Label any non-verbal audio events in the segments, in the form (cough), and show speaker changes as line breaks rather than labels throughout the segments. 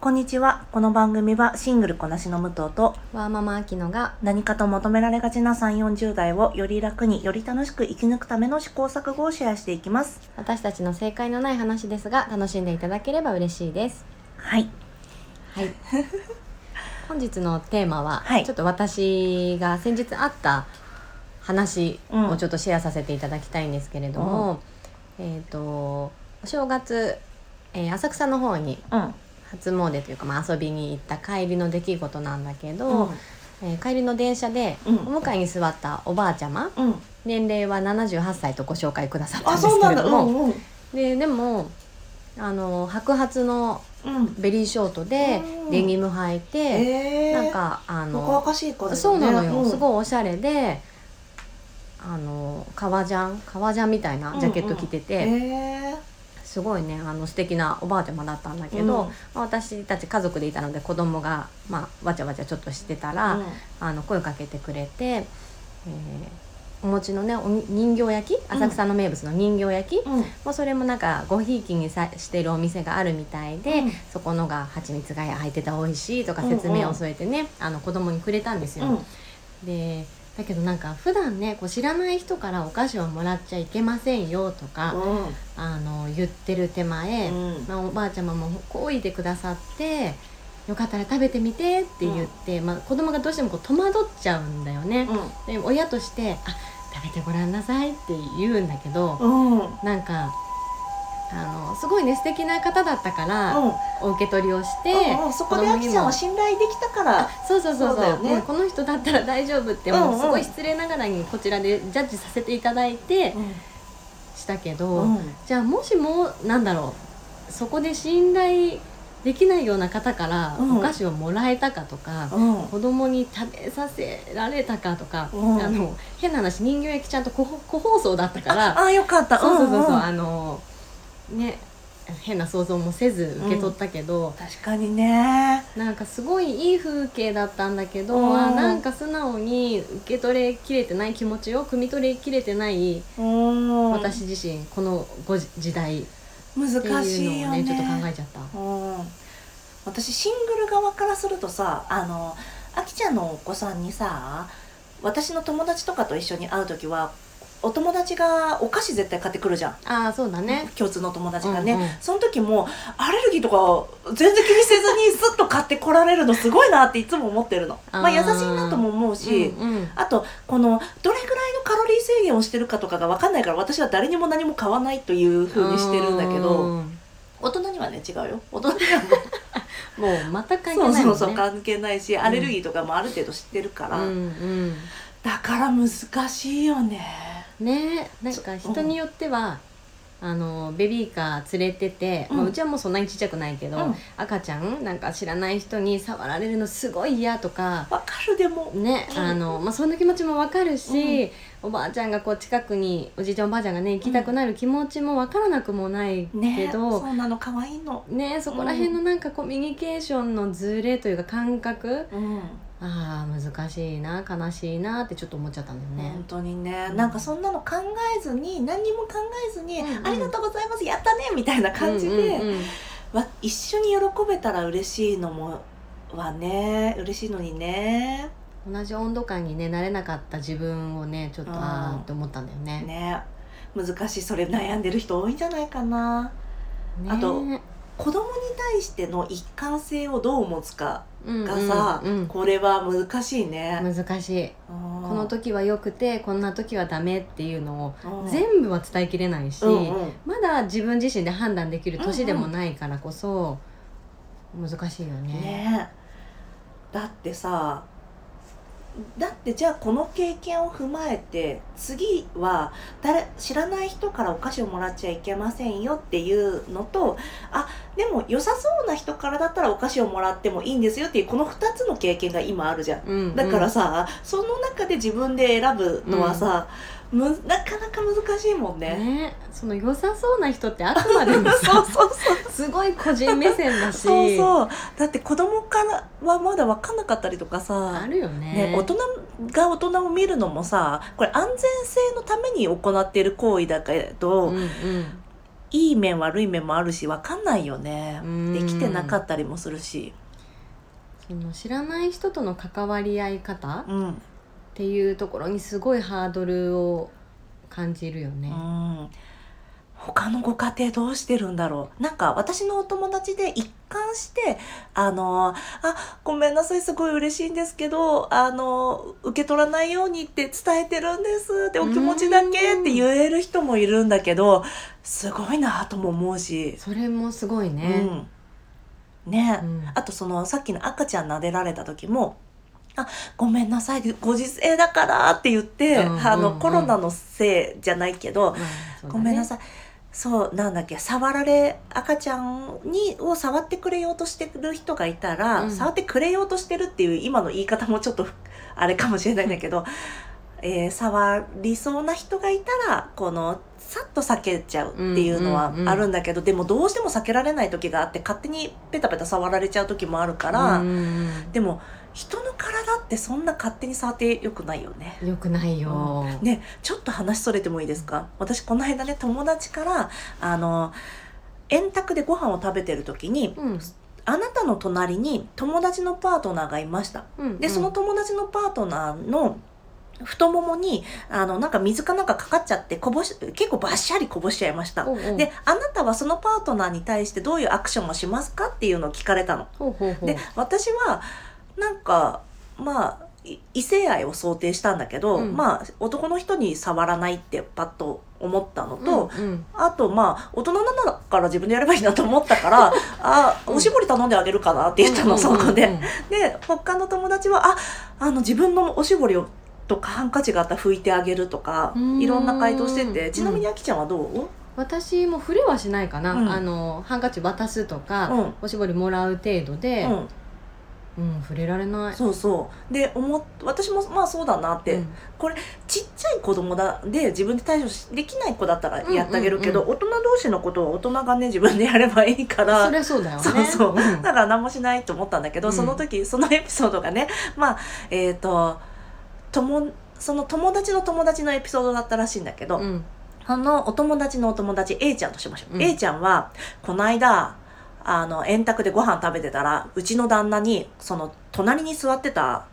こんにちは。この番組はシングルこなしの武藤と
ワーママアキノが
何かと求められがちな3、40代をより楽により楽しく生き抜くための試行錯誤をシェアしていきます。
私たちの正解のない話ですが楽しんでいただければ嬉しいです。
はい。
はい
(laughs)
本日のテーマは、
はい
ちょっと私が先日あった話
うん
をちょっとシェアさせていただきたいんですけれども、えっ、とお正月、えー浅草の方に
うん。
初詣というか、まあ、遊びに行った帰りの出来事なんだけど、えー帰りの電車で
うん
お迎えに座ったおばあちゃま、
うん。うん。
年齢は78歳とご紹介くださったん
あ、
です
そう
け
なん
れ
だ。
ど
う
も、
んうん。
ででもあの白髪の
うん。
ベリーショートで
うん
デニム履いて、
えー、
なんかあ
若
の
々しい子です
そ
ね。
うなのよ、
うん
すごいおしゃれであの革ジャン革ジャンみたいなジャケット着てて、
え
すごいねあの素敵なおばあちゃまだったんだ
ー、
けど、まあ私たち家族でいたので子供がまあわちゃわちゃちょっとしてたら、
うん、
あの声をかけてくれて、えーお餅のねおに人形焼き浅草の名物の人形焼き、
うん、
もうそれもなんかごひいきにさしてるお店があるみたいで、
うん
そこのが蜂蜜が入ってた美味しいとか説明を添えてね、あの子供にくれたんです
う
よ。
ん、
でだけどなんか普段ねこう知らない人からお菓子をもらっちゃいけませんよとか、あの言ってる手前、
うん
まあ、おばあちゃまもこういてくださって「よかったら食べてみて」って言って、まあ、子供がどうしてもこう戸惑っちゃうんだよね。で親として「あ食べてごらんなさい」って言うんだけど。
うん、うん、
なんかあのすごいね素敵な方だったから、
うん、
お受け取りをして、
うんうん、そこであきちゃんを信頼できたから、
そうそうそう
そう
そう
だよね
もうこの人だったら大丈夫って、もううん
うん
すごい失礼ながらにこちらでジャッジさせていただいて
う
したけど、
ん、
じゃあもしもなんだろうそこで信頼できないような方から
うん
お菓子をもらえたかとか、
うん、
子供に食べさせられたかとか、
うん
あの変な話人形焼きちゃんと個個包装だったから
ああよかった、
そうそうそうそう、
んん
あのね変な想像もせず受け取ったけど、
確かにね、
なんかすごいいい風景だったんだけど、
うん
あなんか素直に受け取れきれてない気持ちを汲み取りきれてない
うん、
私自身、このご時時代って
難し
い
いうよ
のをね
ね、
ちょっと考えちゃった。
うん、私シングル側からするとさ、あのあきちゃんのお子さんにさ、私の友達とかと一緒に会うときは、お友達がお菓子絶対買ってくるじゃん。
ああそうだね。
共通の友達がね、
うんうん
その時もアレルギーとか全然気にせずにスッと買ってこられるのすごいなっていつも思ってるの。ま
あ
あ
ー
優しいなとも思うし、
うんうん
あとこのどれぐらいのカロリー制限をしてるかとかが分かんないから私は誰にも何も買わないというふうにしてるんだけ
う
ど
ん
大人にはね違うよ大人にはもう
もう全く関係
そう
ないもん
そ
ね。
うそう関係ないしアレルギーとかもある程度知ってるから、
うん
だから難しいよね。
うん。ねなんか人によっては。あのベビーカー連れてて、
うん
まあ、うちはもうそんなにちっちゃくないけど、
うん
赤ちゃんなんか知らない人に触られるのすごい嫌とか
わかるでも、
ね
うん
あの、まあ、そんな気持ちもわかるし、おばあちゃんがこう近くにおじいちゃんおばあちゃんがね行きたくなる気持ちもわからなくもない
ね
け
そ
ど、
うなの可愛いの。
ねそこら辺のなんかコミュニケーションのズレというか感覚
うん
あー難しいな悲しいなってちょっと思っちゃったんだよね
本。当にね、
うん
なんかそんなの考えずに何にも考えずに、
うんうん
ありがとうございますやったねみたいな感じで、
うんうんうん
わ一緒に喜べたら嬉しいのもはね嬉しいのにね
同じ温度感にね慣れなかった自分をねちょっと
うん
あーって思ったんだよね。
ね難しいそれ悩んでる人多いんじゃないかな
ね
あと子供に対しての一貫性をどう持つか
うん
がさ、
うんうん
これは難しいね、
難しい。
こ
この時は良くてこんな時はダメっていうのを
全
全部は伝えきれないし、
うんうん
まだ自分自身で判断できる年でもないからこそ難しいよね。
ねえだってさだってじゃあこの経験を踏まえて次は誰知らない人からお菓子をもらっちゃいけませんよっていうのとあでも良さそうな人からだったらお菓子をもらってもいいんですよっていうこの2つの経験が今あるじゃん。
うんうん
だからさ、その中で自分で選ぶのはさ、むなかなか難しいもんね。
ねその良さそうな人ってあくまでも
そう
さ
そうそう
すごい個人目線だし
そうそうだって子供からはまだ分かんなかったりとかさ
あるよね
ね、大人が大人を見るのもさこれ安全性のために行っている行為だけど、
うんうん
いい面悪い面もあるし分かんないよね
うん
できてなかったりもするし
その知らない人との関わり合い方っ
うん、うん
ていうところにすごいハードルを感じるよね。
他のご家庭どうしてるんだろうなんか私のお友達で一貫してあのあごめんなさいすごい嬉しいんですけどあの受け取らないようにって伝えてるんですってお気持ちだけって言える人もいるんだけどすごいなとも思うし、
それもすごいね。
うん、ね、
うん
あとそのさっきの赤ちゃん撫でられた時も「あごめんなさいご時世だから」って言って、
うんうんうん
あのコロナのせいじゃないけど、
まあそうだね
ごめんなさいそうなんだっけ触られ赤ちゃんにを触ってくれようとしてる人がいたら、
うん
触ってくれようとしてるっていう今の言い方もちょっとあれかもしれないんだけど、えー触りそうな人がいたらこのさっと避けちゃうっていうのは
うんうんうん
あるんだけど、でもどうしても避けられない時があって勝手にペタペタ触られちゃう時もあるから、
うん
でも人の体ってそんな勝手に触ってよくないよね。
よくないよ。
ね、ちょっと話それてもいいですか私この間ね友達からあの円卓でご飯を食べてる時に
うん
あなたの隣に友達のパートナーがいました
うん
でその友達のパートナーの太ももにあのなんか水かなんかかかっちゃってこぼし結構バッシャリこぼしちゃいました
おうおう
であなたはそのパートナーに対してどういうアクションをしますかっていうのを聞かれたの
ほうほうほう
で私はなんかまあい異性愛を想定したんだけど、
うん
まあ男の人に触らないってパッと思ったのと、
うんうん
あとまあ大人なんだから自分でやればいいなと思ったから
(laughs)
あ
うん
おしぼり頼んであげるかなって言ったの、そこ
うんう
で
ん。うん
で他の友達はああの自分のおしぼりをとかハンカチがあったら拭いてあげるとか
うーん
いろんな回答して
う
て
ん
ちなみにあきちゃんはどう、
私も触れはしないかな、
うん
あのハンカチ渡すとか、
うん
おしぼりもらう程度で、
うん
うん触れられない。
そうそうで思っ私もまあそうだなって、
うん
ちっちゃい子供だで自分で対処しできない子だったらやってあげるけど、
う
大人同士のことは大人がね自分でやればいいから
そりゃそうだよね。
そうそう
うん
だから何もしないと思ったんだけど、
うん
その時そのエピソードがねまあえっ、とともその友達の友達のエピソードだったらしいんだけど、
うん
そのお友達のお友達 A ちゃんとしましょう、
うん
A ちゃんはこの間あの円卓でご飯食べてたらうちの旦那にその隣に座ってた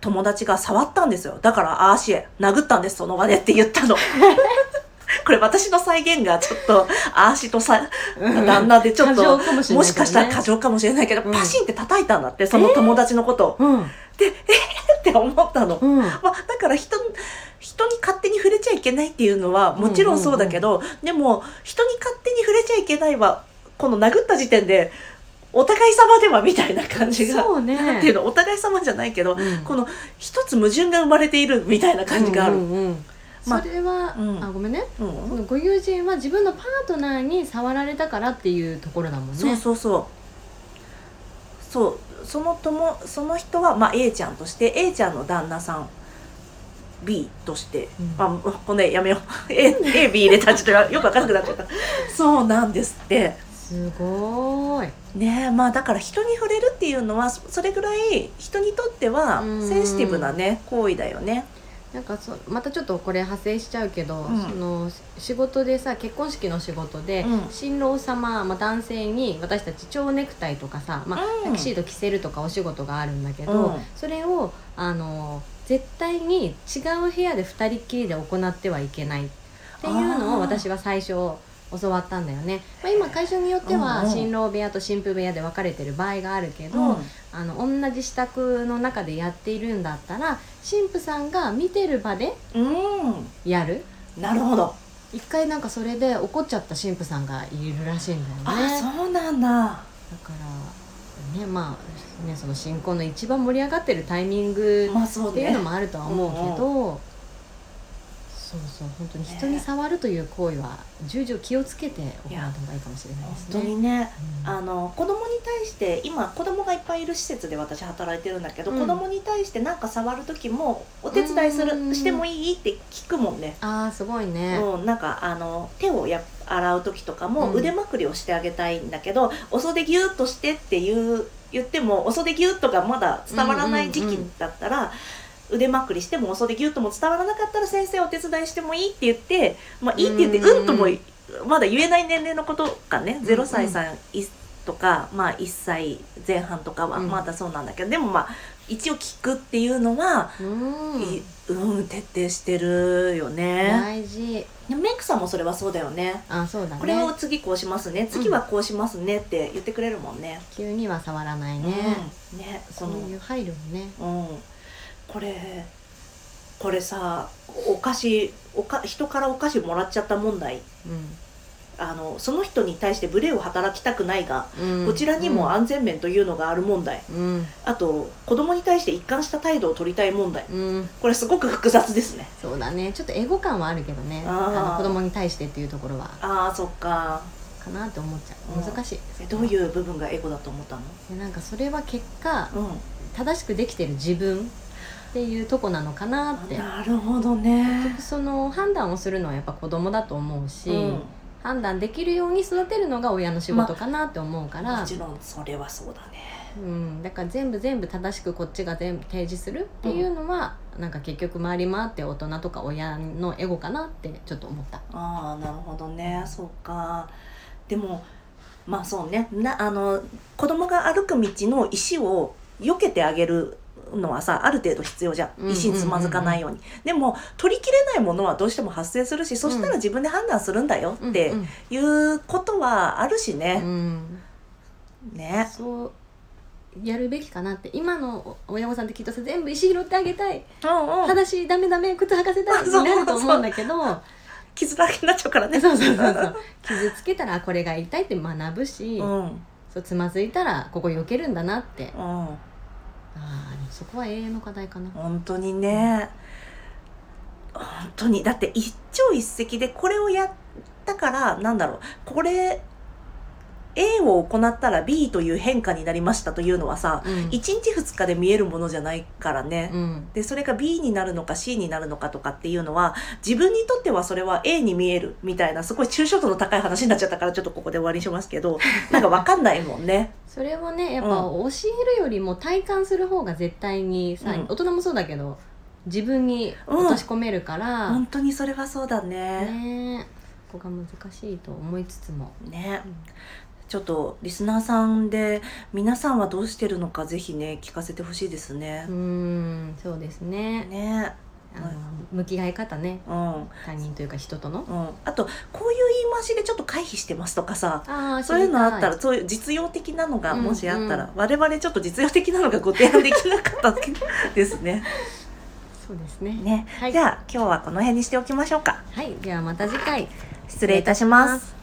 友達が触ったんですよだからああしえ殴ったんですその場でって言った
(laughs)
のこれ私の再現がちょっとああしとさ旦那でちょっと
過剰かもしれないけどね
もしかしたら過剰かもしれないけど、
うん
パシンって叩いたんだってその友達のことを、って思ったの。
うんうん
まあ、だから人人に勝手に触れちゃいけないっていうのはもちろんそうだけど、でも人に勝手に触れちゃいけないはこの殴った時点でお互い様ではみたいな感じが、
そうね
なんていうのお互い様じゃないけど、
うん
この一つ矛盾が生まれているみたいな感じがある。
う
うん
んうんうん
まあ
それは、
うん
あごめんね
うん
ご友人は自分のパートナーに触られたからっていうところだもんね
そうそうそうそうその友その人は、まあ、A ちゃんとして A ちゃんの旦那さん B として、
うん
あもうこれやめよう (laughs) AB 入れたらちょっとよく分からなくなっちゃ
(laughs)
ったそうなんですって
すごーい
ねえまあだから人に触れるっていうのはそそれぐらい人にとっては
うん
センシティブなね行為だよね
なんかそまたちょっとこれ派生しちゃうけど、
うん
そのし仕事でさ結婚式の仕事で、
うん
新郎様、まあ、男性に私たち蝶ネクタイとかさ、まあ
うん
タキシード着せるとかお仕事があるんだけど、
うん
それをあの絶対に違う部屋で2人っきりで行ってはいけないっていうの
あー
を私は最初教わったんだよね、まあ、今会社によって
うん
は
うん
新郎部屋と新婦部屋で分かれてる場合があるけど、
うん
あの同じ支度の中でやっているんだったら神父さんが見てる場で
うん
やる
なるほど
一回なんかそれで怒っちゃった神父さんがいるらしいんだ
あ、
よねだか
そうなんだ
らねまあねその新婚の一番盛り上がってるタイミング
まあそう
っていう
ね
のもあるとは思うけど、そうそう本当に人に触るという行為は重々気をつけて行った方がいいかもしれない
本
です
当
ね。
にね
うん
あの子供に対して今子供がいっぱいいる施設で私働いてるんだけど、
うん
子供に対して何か触る時もお手伝いす
う
る
ん
してもいいって聞くもんね、
あーすごいね。
うん、なんかあの手をや洗う時とかも
うん
腕まくりをしてあげたいんだけど、お袖ギュッとしてっていう言ってもお袖ギュッとがまだ伝わらない時期だったら、腕まくりしてもお袖ギュッとも伝わらなかったら先生お手伝いしてもいいって言って、まあ、いいって言って
うん
うんともいまだ言えない年齢のことかね
ん
0歳さんいとか、まあ、1歳前半とかは
うん
まだそうなんだけど、でもまあ一応聞くっていうのは、
うん
いうん、徹底してるよね。
大事
でメイクさんもそれはそうだよね。
あそうだね
これを次こうしますね次はこうしますねって言ってくれるもんね。
急には触らないね、
うん、ねそ
そう
の
いう配慮もね
うん、これこれさお菓子おか人からお菓子もらっちゃった問題
う
あのその人に対して無礼を働きたくないが、
ん、うん
こちらにも安全面というのがある問題
うん
あと子供に対して一貫した態度を取りたい問題
うん、うん
これすごく複雑ですね
そうだねちょっとエゴ感はあるけどね
あー
あの子供に対してっていうところは
ああそっか
かなって思っちゃ
うん
う難しい、
えどういう部分がエゴだと思ったの
でなんかそれは結果
う
正しくできてる自分っていうとこなのかなって
んなるほどね
その判断をするのはやっぱ子供だと思うし、
うん
判断できるように育てるのが親の仕事かなって思うから、
もちろんそれはそうだね
うん、だから全部全部正しくこっちが全部提示するっていうのは、なんか結局回り回って大人とか親のエゴかなってちょっと思った。
ああなるほどねそうかでもまあそうねなあの子供が歩く道の石を避けてあげるのはさある程度必要じゃ
うんうん
ん
うん
石につまずかないように、でも取りきれないものはどうしても発生するしそしたら自分で判断するんだよ
うん
っていうことはあるし
うん
ね、
うん
ね
そうやるべきかなって今の親御さんってきっとさ全部石拾ってあげたい
うんうん
裸足ダメダメ靴履かせたいになると思うんだけど (laughs) そう
傷だらけになっちゃうからね
(laughs) そうそうそう傷つけたらこれが痛いって学ぶし、
うんうん
そうつまずいたらここ避けるんだなってあーそこは永遠の課題かな。
本当にね本当にだって一朝一夕でこれをやったからなんだろうこれ A を行ったら B という変化になりましたというのはさ
うん
1日2日で見えるものじゃないからね。
うん
でそれが B になるのか C になるのかとかっていうのは自分にとってはそれは A に見えるみたいなすごい抽象度の高い話になっちゃったからちょっとここで終わりにしますけどなんか分かんないもん
(laughs)
ね。
それをねやっぱ教えるよりも体感する方が絶対にさ、
うん
大人もそうだけど自分に落とし込めるから、
本当にそれはそうだね。
ねここが難しいと思いつつも、
ね
う。ん
ちょっとリスナーさんで皆さんはどうしてるのかぜひね聞かせてほしいですね
う。ーんそうですね
ね、
あの向き合い方ね
うんうん。
他人というか人との
あとこういう言い回しでちょっと回避してますとかさ。
あー
そういうのあった
知
ら、そういう実用的なのがもしあったら、
うん
我々ちょっと実用的なのがご提案できなかったですね。
りたいそうですね
ね、
はい
じゃあ今日はこの辺にしておきましょうか。
はいではまた次回
失礼いたします。